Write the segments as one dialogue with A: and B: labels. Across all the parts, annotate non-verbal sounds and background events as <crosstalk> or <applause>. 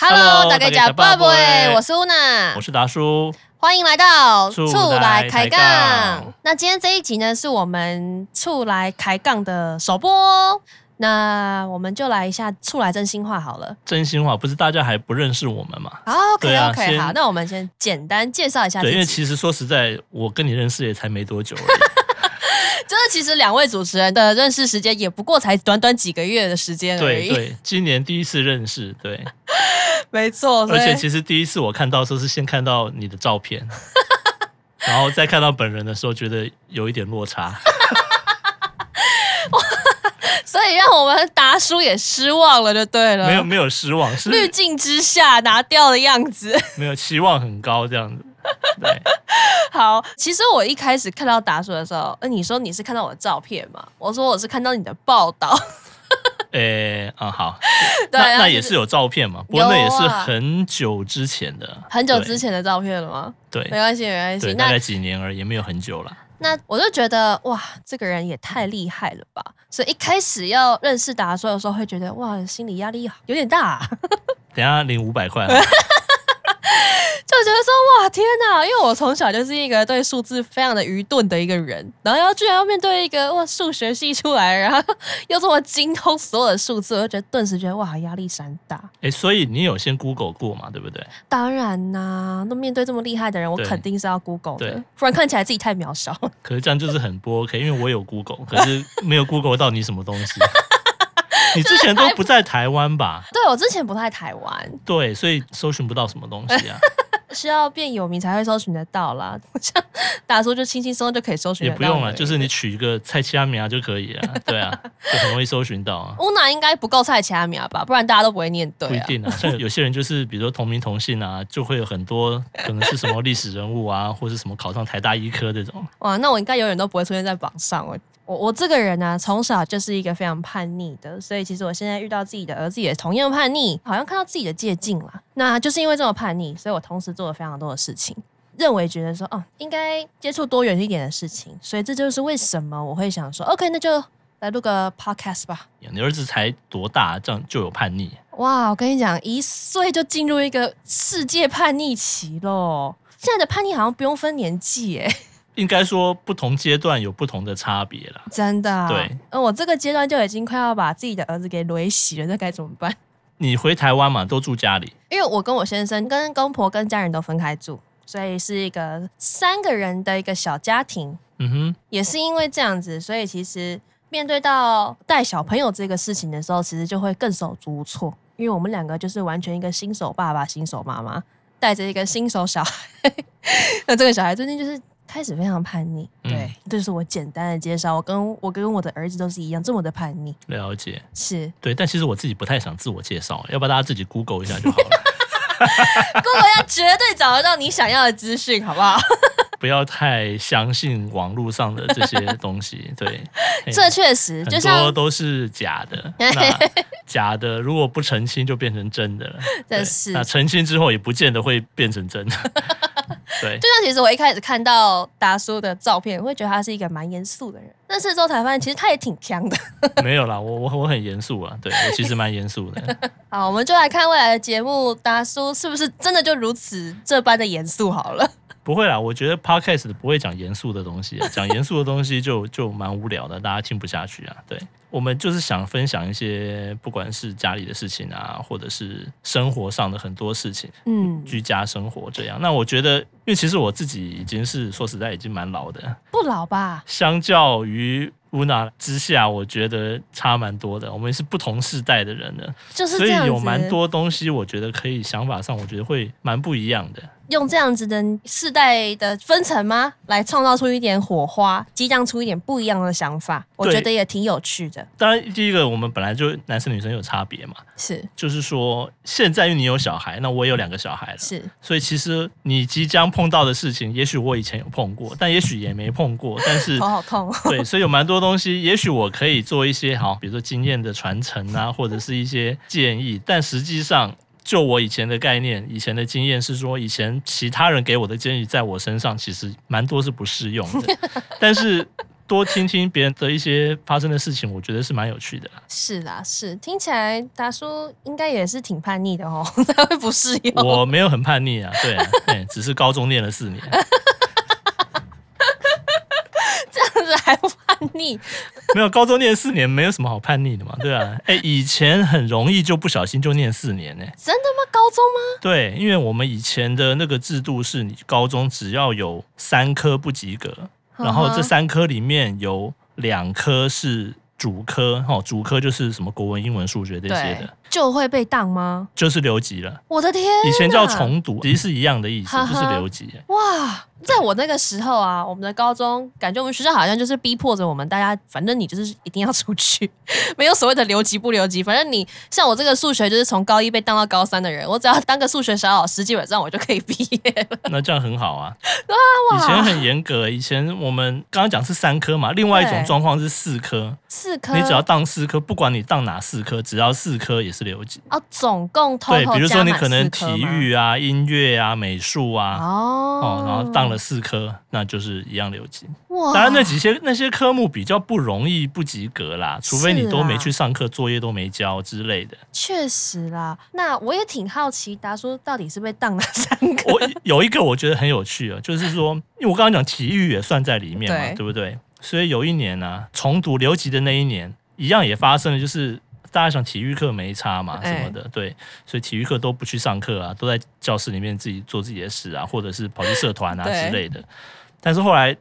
A: Hello，大
B: 大
A: 家
B: 家吃
A: 假
B: 饱
A: 爸
B: 未
A: 爸，我是乌娜
B: 我，是达叔，
A: 欢迎来到
B: 厝内
A: 来开
B: 开杠
A: 杠。那今天这一集呢，是我们处来开杠的首播哦。那我们就来一下处来真心话好了。
B: 真心话，不是大家还不认识我们嘛？
A: 好，OK
B: 对啊
A: OK，、
B: 先
A: 好，那我们先简单介绍一啊下自
B: 对，因为
A: 己。
B: 其实说实在，我跟你认识也才没多久而
A: <laughs>
B: 已。
A: 就是其实两位主持人的认识时间也不过才短短几个月的时间而
B: 对
A: 已。
B: 对，今年第一次认识，对，
A: <laughs> 没错。所
B: 而
A: 以
B: 且其实第一次我看到的时候是先看到你的照
A: <laughs>
B: 片，然后再看到本人的时候，觉得有一点落差。
A: 所以让我们达叔也失望了，就对啊了。
B: 没有没有失望，是
A: 滤镜之下拿掉的样子。
B: 没有期望很高这样子。对，
A: 好，其实我一开始看到达叔的时候，呃，你说你是看到我的照片嘛？我说我是看到你的报道， <laughs>
B: 诶、啊好，
A: 对，
B: 那
A: 然后
B: 那
A: 就
B: 也是有照片嘛，不过那也是
A: 有啊
B: 很久之前的，
A: 很久之前的照片了吗？
B: 对，对
A: 没关系，没关系
B: 对，。大
A: 那
B: 概几年而已，也没有很久了。
A: 那我就觉得哇，这个人也太厉害了吧！所以一开始要认识达叔的时候，会觉得哇，心理压力有点大、啊
B: 等一下领五百 <laughs> 块好
A: <laughs>
B: 了，啊
A: 就觉得说哇天哪，因为我从小就是一个对数字非常的愚钝的一个人，然后要居然要面对一个哇数学系出来，然后 <laughs> 又这么精通所有的数字，我就觉得顿时觉得哇压力山大。
B: 哎，所以你有先 Google 过嘛？对不对？
A: 当然啦、那面对这么厉害的人，我
B: 对
A: 肯定是要 Google
B: 对
A: 的，不然看起来自己太渺
B: <laughs>
A: 小。
B: 可是这样就是很不 OK，因为我有 Google，可是没有 Google 到你什么东 <laughs> 西。你之前都不在台湾吧？
A: 对我之前不太台湾，
B: 对，所以搜寻不到什么东西 <laughs> 啊，
A: 是要变有名才会搜寻得到啦。 <laughs> 像打叔就轻轻松松就可以搜寻
B: 也
A: 得到
B: 不
A: 的人，
B: 用了，就是你取一个蔡奇阿米亚就可以了。对 <laughs> 啊，就很容易搜寻到啊。
A: 乌娜应该不够菜其他苗吧，不然大家都不会念
B: 不
A: 对
B: 一
A: 啊。
B: 定啊，像有些人就是，比如说同名同姓啊，就会有很多可能是什么历史人物啊，或是什么考上台大医科这种。
A: 哇，那我应该永远都不会出现在榜上。我我我这个人呢、从小就是一个非常叛逆的，所以其实我现在遇到自己的儿子也同样叛逆，好像看到自己的借镜啦。那就是因为这么叛逆，所以我同时做了非常多的事情，认为觉得说，哦，应该接触多元一点的事情，所以这就是为什么我会想说，OK，那就来录个 podcast 吧。
B: 你儿子才多大，这样就有叛逆？
A: 哇，我跟你讲，一岁就进入一个世界叛逆期喽。现在的叛逆好像不用分年纪耶，
B: 应该说不同阶段有不同的差别啦。
A: 真的、啊，
B: 对，
A: 呃，我这个阶段就已经快要把自己的儿子给雷洗了，那该怎么办？
B: 你回台湾嘛，都住家里，
A: <laughs> 因为我跟我先生、跟公婆、跟家人都分开住，所以是一个三个人的一个小家庭。
B: 嗯哼，
A: 也是因为这样子，所以其实面对到带小朋友这个事情的时候，其实就会更手足无措，因为我们两个就是完全一个新手爸爸、新手妈妈，带着一个新手小孩。那 <laughs> 这个小孩最近就是开始非常叛逆，
B: 嗯
A: 对，这、就是我简单的介绍。我跟我跟我的儿子都是一样，这么的叛逆，
B: 了解。
A: 是。
B: 对，但其实我自己不太想自我介绍，要不然大家自己 Google 一下就好
A: <laughs>
B: 了，
A: Google 要绝对找得到你想要的资讯，好不
B: <laughs>
A: 好？
B: 不要太相信网络上的这些东
A: <laughs>
B: 西。对，嘿
A: 这确实就
B: 哎很多
A: 像
B: 都是假
A: <laughs>
B: 的，那假的如果不澄清就变成
A: <laughs>
B: 真的了。
A: 这
B: 对
A: 是
B: 那澄清之后也不见得会变成真
A: <laughs>
B: 的。对
A: 就像其实我一开始看到达叔的照片，我会觉得他是一个蛮严肃的人，但是之后才发现其实他也挺强的。 <laughs>
B: 没有啦，我我我很严肃啊，对我其实蛮严肃的。
A: 好，我们就来看未来的节目，达叔是不是真的就如此这般的严肃好了？
B: 不会啦，我觉得 podcast 不会讲严肃的东
A: <laughs>
B: 西啊、讲严肃的东西就就蛮无聊的，大家听不下去啊。对我们就是想分享一些，不管是家里的事情啊，或者是生活上的很多事情，
A: 嗯，
B: 居家生活这样。那我觉得，因为其实我自己已经是说实在已经蛮老的，
A: 不老吧？
B: 相较于 Una 之下，我觉得差蛮多的。我们是不同世代的人的，
A: 就是
B: 所
A: 这
B: 以
A: 样子，
B: 有蛮多东西，我觉得可以想法上，我觉得会蛮不一样的。
A: 用这样子的世代的分层吗，来创造出一点火花，激荡出一点不一样的想法，我
B: 对
A: 觉得也挺有趣的。
B: 当然，第一个我们本来就男生女生有差别嘛，
A: 是
B: 就是说现在因为你有小孩，那我也有两个小孩了，
A: 是，
B: 所以其实你即将碰到的事情，也许我以前有碰过，但也许也没碰过，但是
A: 头好痛哦。
B: 对，所以有蛮多东西，也许我可以做一些好，比如说经验的传承啊，或者是一些建议，但实际上。就我以前的概念，以前的经验是说，以前其他人给我的建议，在我身上其实蛮多是不适用的。但是多听听别人的一些发生的事情，我觉得是蛮有趣的啦。
A: 是啦，是听起来达叔应该也是挺叛逆的哦， <laughs> 才会不适用。
B: <laughs> 我没有很叛逆啊， <laughs> 对啊，哎只是高中念了四年。
A: 这样子还叛逆，
B: 没有，高中念四年没有什么好叛逆的嘛，对啊。哎、以前很容易就不小心就念四年呢、
A: 真的吗？高中吗？
B: 对，因为我们以前的那个制度是，你高中只要有三科不及格，然后
A: 嗯
B: 这三科里面有两科是主科，哦，主科就是什么国文、英文、数学这些
A: 对
B: 的，
A: 就会被当吗？
B: 就是留级了。
A: 我的天哪！
B: 以前叫重读，其实是一样的意思，
A: 哈
B: 就
A: 哈
B: 是留级。
A: 哇，在我那个时候啊，我们的高中感觉我们学校好像就是逼迫着我们大家，反正你就是一定要出去， <laughs> 没有所谓的留级不留级，反正你像我这个数学就是从高一被当到高三的人，我只要当个数学小老师，基本上我就可以毕业了。
B: 那这样很好啊。
A: <laughs> 哇
B: 以前很严格，以前我们刚刚讲是三科嘛，另外一种
A: 对
B: 状况是四科，
A: 四科，
B: 你只要当四科，不管你当哪四科，只要四科也是留级。
A: 哦，总共偷
B: 对，
A: 偷
B: 比如说
A: 加
B: 你
A: 满
B: 可能
A: 四科
B: 体
A: 吗
B: 育啊、音乐啊、美术啊，
A: 哦
B: 哦，然后当了四科，那就是一样留级。
A: 哇，
B: 当然那几些那些科目比较不容易不及格啦，除非你
A: 是
B: 都没
A: 啦
B: 去上课，作业都没交之类的。
A: 确实啦。那我也挺好奇，达叔到底是被当哪三个？
B: 我有一个我觉得很有趣啊，就是说，因为我刚刚讲体育也算在里面嘛，对
A: 对
B: 不对？所以有一年呢、重读留级的那一年，一样也发生了，就是大家想体育课没差嘛，什
A: 哎
B: 么的，对，所以体育课都不去上课啊，都在教室里面自己做自己的事啊，或者是跑去社团啊
A: <laughs> 对
B: 之类的。但是后来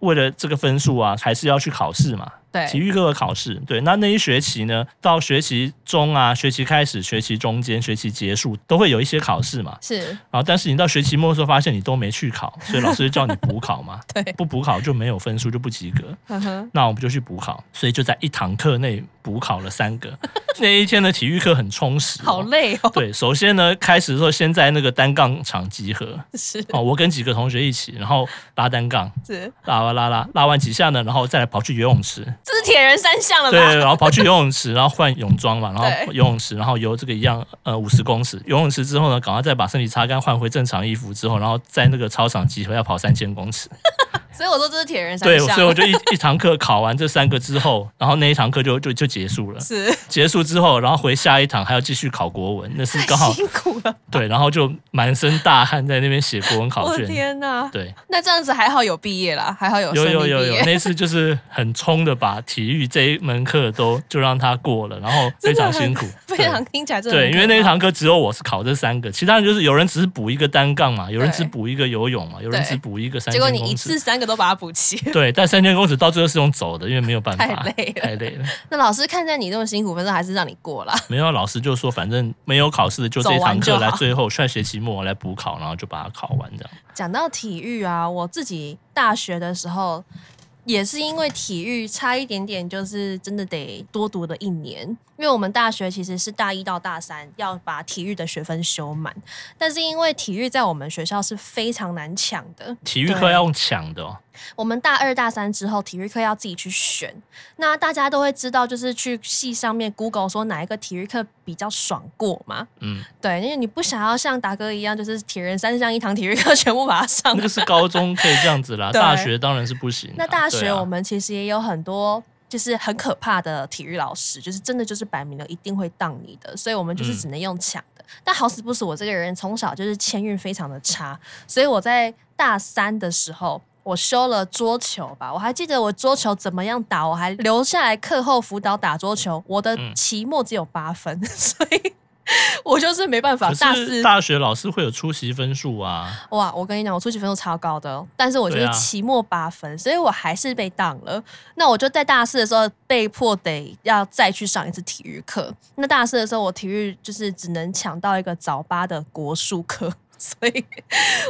B: 为了这个分数啊，还是要去考试嘛，
A: 对，
B: 体育课的考试，对，那那一学期呢，到学期中啊，学期开始、学期中间、学期结束，都会有一些考试嘛。
A: 是
B: 然后，啊但是你到学期末的时候发现你都没去
A: <laughs>。
B: 考，所以老师就叫你补考嘛
A: 对
B: 不补考就没有分数，就不及格。
A: 呵呵，
B: 那我们就去补考，所以就在一堂课内补考了三个。那一天的体育课很充实、
A: <laughs> 好。累哦，
B: 对，首先呢，开始的时候先在那个单杠场集合。
A: 是
B: 哦，我跟几个同学一起，然后拉单杠，
A: 是，
B: 拉拉拉拉，拉完几下呢，然后再来跑去游泳池，
A: 这是铁人三项 <laughs> 了
B: 对，
A: 吧？
B: 然后跑去游泳池，然后换泳装嘛，然后
A: 对
B: 游泳池，然后游这个一样，呃，五十公尺。游泳池之后呢，赶快再把身体擦干，换回正常衣服之后，然后在那个操场集合要跑三千公尺。
A: <laughs> 所以我说这是铁人三
B: 对，
A: 项，
B: 所以我就一一堂课考完这三个之后，然后那一堂课就就就结束了。
A: 是
B: 结束之后，然后回下一堂还要继续考国文，那是
A: 太 <laughs>
B: 刚好
A: 辛苦了，
B: 对，然后就满身大汗在那边写国文考
A: 我的
B: 卷。
A: 天哪！
B: 对，
A: 那这样子还好有毕业啦，还好有
B: 有
A: 顺利
B: 有有
A: 毕
B: 有
A: 业，
B: 那次就是很冲的把体育这一门课都就让他过了，然后
A: <laughs>
B: 非
A: 真的
B: 常
A: 很 <laughs>
B: 辛苦，
A: <laughs> 非
B: 对
A: 常听起来真的
B: 对，
A: 很
B: 因为那一
A: 可怕
B: 堂课只有我是考这三个，其他人就是有人只是补一个单杠嘛，有人只补一个游泳嘛，有人只补一个三
A: 结
B: 千
A: 果你
B: 公
A: 一
B: 尺
A: 次。三个都把它补齐 <laughs> 了，
B: 对，但三千公尺到最后是用走的，因为没有办法，
A: 太累了
B: 太累了。
A: 那老师看在你那么辛苦份上，还是让你过了。
B: 没有老师就说，反正没有考试的就这一
A: 走完
B: 堂
A: 就
B: 课
A: 好
B: 来最后算学期末来补考，然后就把它考完这样。
A: 讲到体育啊，我自己大学的时候也是因为体育差一点点，就是真的得多读了一年。因为我们大学其实是大一到大三要把体育的学分修满，但是因为体育在我们学校是非常难抢的，
B: 体育课
A: 对
B: 要用抢的、哦，
A: 我们大二大三之后，体育课要自己去选。那大家都会知道，就是去系上面 Google 说哪一个体育课比较爽过嘛？
B: 嗯，
A: 对，因为你不想要像达哥一样，就是铁人三项一堂体育课全部把它上
B: 那个是高中可以这样子
A: <laughs>
B: 啦，
A: 对
B: 大学当然是不行啊、
A: 那大学
B: 对啊
A: 我们其实也有很多。就是很可怕的体育老师，就是真的就是摆明了一定会当你的，所以我们就是
B: 嗯
A: 只能用抢的。但好死不死，我这个人从小就是签运非常的差，所以我在大三的时候，我修了桌球吧，我还记得我桌球怎么样打，我还留下来课后辅导打桌球，我的
B: 嗯
A: 期末只有八分， <laughs> 所以我就是没办法。大
B: 可是
A: 四
B: 大学老师会有出席分数啊，
A: 哇，我跟你讲，我出席分数超高的哦，但是我就
B: 对
A: 是
B: 啊
A: 期末八分，所以我还是被当了。那我就在大四的时候被迫得要再去上一次体育课。那大四的时候，我体育就是只能抢到一个早八的国术课。 <laughs> 所以，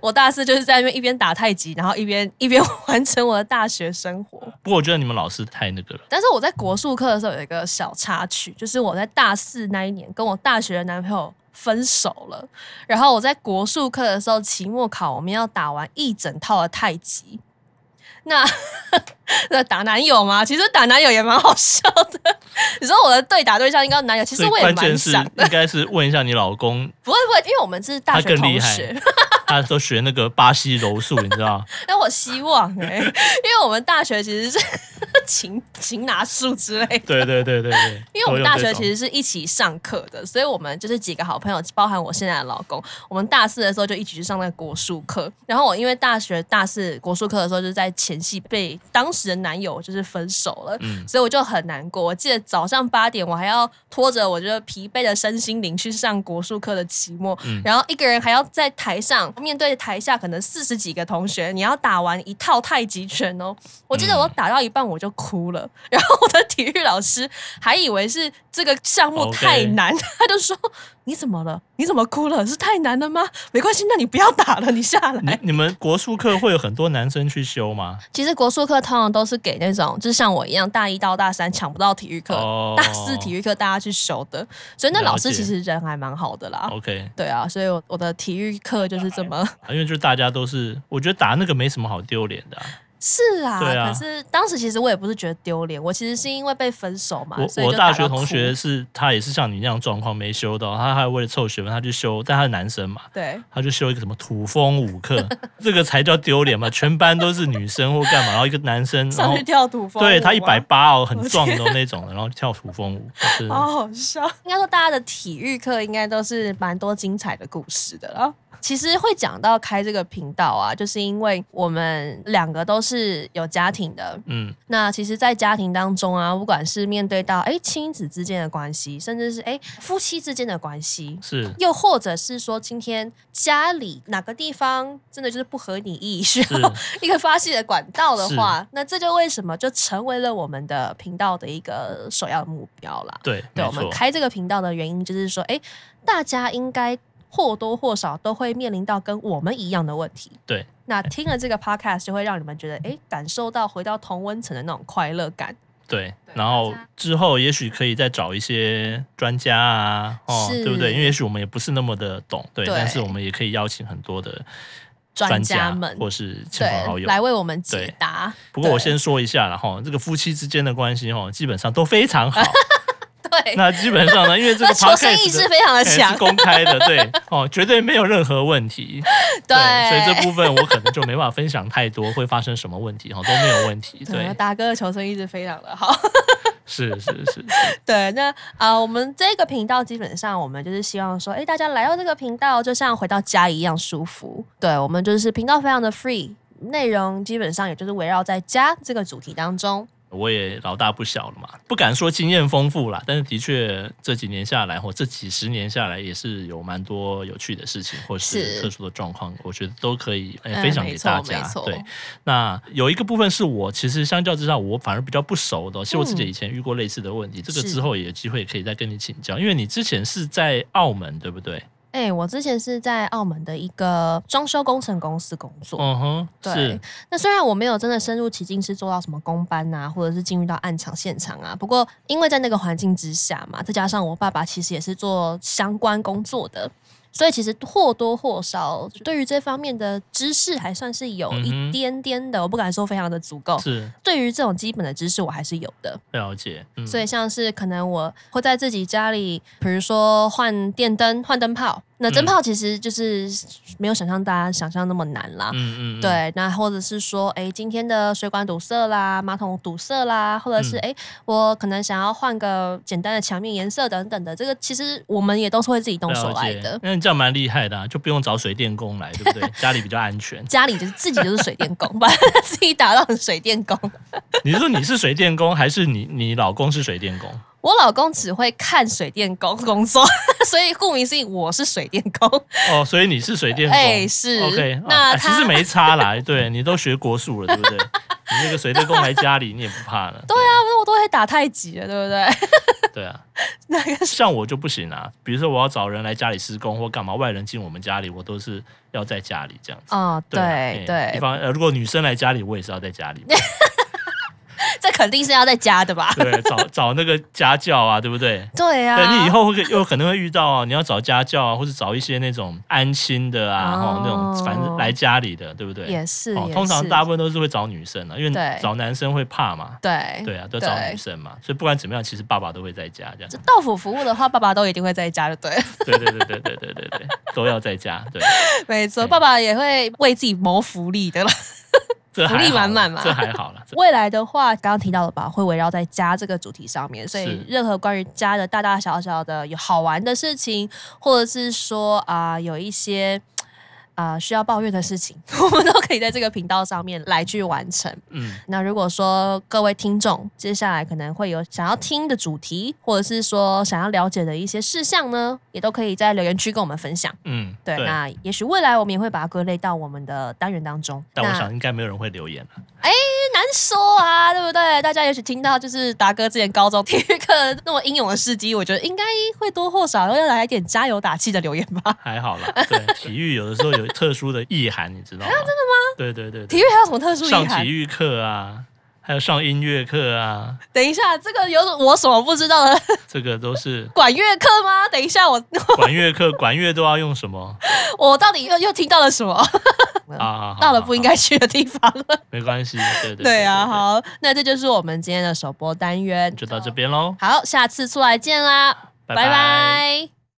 A: 我大四就是在那边一边打太极，然后一边一边 <laughs> 完成我的大学生活。
B: 不过我觉得你们老师太那个了。
A: 但是我在国术课的时候有一个小插曲，就是我在大四那一年跟我大学的男朋友分手了，然后我在国术课的时候，期末考我们要打完一整套的太极。那 <laughs> 那打男友吗？其实打男友也蛮好笑的。你说我的对打对象应该是男友，其实
B: 所以
A: 我也
B: 关
A: 蛮
B: 键是
A: 想的。
B: 应该是问一下你老公，
A: 不会不会，因为我们是大
B: 他
A: 学
B: 更厉
A: 同
B: 害
A: 学， <laughs>
B: 他都学那个巴西柔术，你知道？
A: 欸但我希望哎、因为我们大学其实是 <laughs> 擒擒拿术之类的。
B: 对对对对对，
A: 因为我们大学
B: 都
A: 其
B: 有这
A: 实
B: 种
A: 是一起上课的，所以我们就是几个好朋友，包含我现在的老公。我们大四的时候就一起去上那个国术课，然后我因为大学大四国术课的时候，就是在前戏被当时的男友就是分手了，
B: 嗯
A: 所以我就很难过。我记得早上八点，我还要拖着我就是疲惫的身心灵去上国术课的期末，
B: 嗯
A: 然后一个人还要在台上面对台下可能四十几个同学，你要打完一套太极拳哦。我
B: 嗯
A: 记得我打到一半我就哭了， <laughs> 然后我的体育老师还以为是这个项目
B: OK
A: 太难，他就说：“你怎么了？你怎么哭了？是太难了吗？没关系，那你不要打了，你下来。”
B: 你你们国术课会有很多男生去修吗？
A: 其实国术课通常都是给那种，就是像我一样大一到大三抢不到体育课，
B: 哦
A: 大四体育课大家去修的，所以那
B: 了解哦
A: 老师其实人还蛮好的啦。
B: OK，啊
A: 对啊，所以我我的体育课就是这
B: <laughs>
A: 么
B: 因为就大家都是，我觉得打那个没什么好丢脸的啊、
A: 是啊。
B: 对啊
A: 可是当时其实我也不是觉得丢脸，我其实是因为被分手嘛，所
B: 我
A: 以
B: 我
A: 就打
B: 大
A: 到
B: 学同学
A: 哭
B: 是他也是像你那样状况，没修到，他还为了凑学分，他去修，但他是男生嘛，
A: 对
B: 他就修一个什么土风舞课， <laughs> 这个才叫丢脸嘛！全班都是女生或干嘛，然后一个男生，然
A: 上
B: 后
A: 去跳土风舞啊，
B: 对他一百八哦，很壮的那种的，然后跳土风舞，就是
A: 好好笑。应该说，大家的体育课应该都是蛮多精彩的故事的啦。其实会讲到开这个频道啊，就是因为我们两个都是有家庭的。
B: 嗯，
A: 那其实，在家庭当中啊，不管是面对到哎亲子之间的关系，甚至是哎夫妻之间的关系， <laughs>
B: 是
A: 又或者是说今天家里哪个地方真的就是不合你意，需
B: 是
A: 要 <laughs> 一个发泄的管道的话，那这就为什么就成为了我们的频道的一个首要目标啦。
B: 对，
A: 对
B: 没
A: 我们
B: 错，
A: 开这个频道的原因，就是说，哎，大家应该或多或少都会面临到跟我们一样的问题。
B: 对，
A: 那听了这个 podcast 就会让你们觉得，哎，感受到回到同温层的那种快乐感。
B: 对。
A: 对
B: 然后
A: 大家
B: 之后也许可以再找一些专家啊，哦，
A: 是
B: 对不对？因为也许我们也不是那么的懂，对，
A: 对
B: 但是我们也可以邀请很多的
A: 专
B: 专
A: 家
B: 家
A: 们
B: 或是亲朋好
A: 对，
B: 友
A: 来为我们解答。
B: 不过我
A: 对
B: 先说一下了哈，这个夫妻之间的关系哈，基本上都非常好。
A: <laughs> 对，
B: 那基本上呢，因为这
A: 那
B: 个
A: 求生意
B: podcast
A: 志
B: 的
A: 非常的
B: 哎
A: 强
B: 是。公开的，对哦，绝对没有任何问
A: <laughs>
B: 题。所以这部分我可能就没办法分享太多，会发生什么问题哈都没有问题。
A: <laughs> 对，
B: 对，
A: 达哥的求生意志非常的好。
B: 是是是，
A: 对，那啊、呃我们这个频道基本上我们就是希望说，哎，大家来到这个频道，就像回到家一样舒服。对，我们就是频道非常的 free，内容基本上也就是围绕在家这个主题当中。
B: 我也老大不小了嘛，不敢说经验丰富啦，但是的确这几年下来或这几十年下来，也是有蛮多有趣的事情或
A: 是
B: 是特殊的状况，我觉得都可以、哎
A: 嗯
B: 分享
A: 没
B: 给
A: 错
B: 大家。
A: 没错
B: 对，那有一个部分是我其实相较之下，我反而比较不熟的哦。其实我自己以前遇过类似的问题，这个
A: 是
B: 之后也有机会可以再跟你请教，因为你之前是在澳门，对不对？
A: 哎，我之前是在澳门的一个装修工程公司工作。
B: 嗯哼，
A: 对
B: 是，
A: 那虽然我没有真的深入其境，是做到什么工班啊，或者是进入到暗场现场啊，不过因为在那个环境之下嘛，再加上我爸爸其实也是做相关工作的，所以其实或多或少对于这方面的知识还算是有
B: 嗯
A: 一
B: 哼
A: 点点的，我不敢说非常的足够。
B: 是
A: 对于这种基本的知识，我还是有的。
B: 了解，嗯，
A: 所以像是可能我会在自己家里，比如说换电灯、换灯泡。那灯
B: 嗯
A: 泡其实就是没有想象大家想象那么难啦。
B: 嗯嗯，嗯，
A: 对，那或者是说，哎，今天的水管堵塞啦，马桶堵塞啦，或者是
B: 嗯
A: 哎、诶我可能想要换个简单的墙面颜色等等的，这个其实我们也都是会自己动手
B: 了
A: 来
B: 解
A: 的。
B: 那你这样蛮厉害的、啊，就不用找水电工来，
A: <laughs>
B: 对不对？家里比较安全。
A: 家里就是自己就是水电工， <laughs>
B: <laughs>
A: 把自己打造成水电工。
B: 你是说你是水电工，还是你你老公是水电工？
A: 我老公只会看水电工工作， <laughs> 所以顾名思义，我是水电工。 <laughs>
B: 哦，所以你是水电工。
A: 哎，是。
B: OK，
A: 那
B: 啊、其
A: 他、
B: 实没差啦，对你都学国术了，对不对？你那个水电工来家里，你也不怕了。对啊，
A: <laughs> 我都会打太极了，对 <laughs> 不对？
B: 对啊，
A: <laughs> 那个
B: 像我就不行啊。比如说我要找人来家里施工或干嘛，外人进我们家里，我都是要在家里这样子。
A: 哦，
B: 啊
A: 对
B: 哎比
A: 对，
B: 方呃，如果女生来家里，我也是要在家里。
A: 这肯定是要在家的吧？
B: 对，找 <laughs> 找那个家教啊，对不对？
A: 对呀、
B: 对你以后会有可能会遇到啊，你要找家教啊，或者找一些那种安心的啊，
A: 哦
B: 哈、那种反正来家里的，对不对？
A: 也是，也
B: 哦通常
A: 是
B: 大部分都是会找女生啊，因
A: 对
B: 为找男生会怕嘛。
A: 对
B: 对啊，都找
A: 对
B: 女生嘛，所以不管怎么样，其实爸爸都会在家这样
A: 这。到府服务的话，爸爸都一定会在家，就 <laughs> 对了，
B: 对对对对对对对对，都要在家。对，
A: 没错，
B: 对
A: 爸爸也会为自己谋福利的啦。
B: 这还
A: 福利
B: 好啦
A: 满满嘛
B: 这还好了。
A: <laughs>
B: 这
A: 未来的话，刚刚提到了吧，会围绕在家这个主题上面，所以
B: 是
A: 任何关于家的大大小小的有好玩的事情，或者是说啊、有一些啊、需要抱怨的事情， <laughs> 我们都可以在这个频道上面来去完成。
B: 嗯，
A: 那如果说各位听众接下来可能会有想要听的主题，或者是说想要了解的一些事项呢，也都可以在留言区跟我们分享。
B: 嗯，
A: 对，那也许未来我们也会把它归类到我们的单元当中。
B: 但我
A: 那
B: 想应该没有人会留言了。
A: 难说啊，对不对？大家也许听到就是达哥之前高中体育课那么英勇的事迹，我觉得应该会多或少要来一点加油打气的留言 <laughs> 吧。
B: 还好啦，对，体育有的时候有特殊的意涵，你知道吗？真的吗？对对对，
A: 体育还有什么特殊
B: 上
A: 遗憾
B: 体？育课啊，还有上音乐课啊，
A: <laughs> 等一下，这个有我什么不知道的？
B: 这个都是
A: 管乐课吗？等一下，我
B: 管乐课，管乐都要用什么
A: 我到底又又听到了什 <laughs> 么？
B: 啊？
A: 到了不应
B: 该，
A: 该去的地方了。
B: 没关系，对对
A: <laughs> 对啊，，好，那这就是我们今天的首播单元
B: 对，就到这边喽，
A: 好，下次出来见啦，拜
B: 拜
A: 拜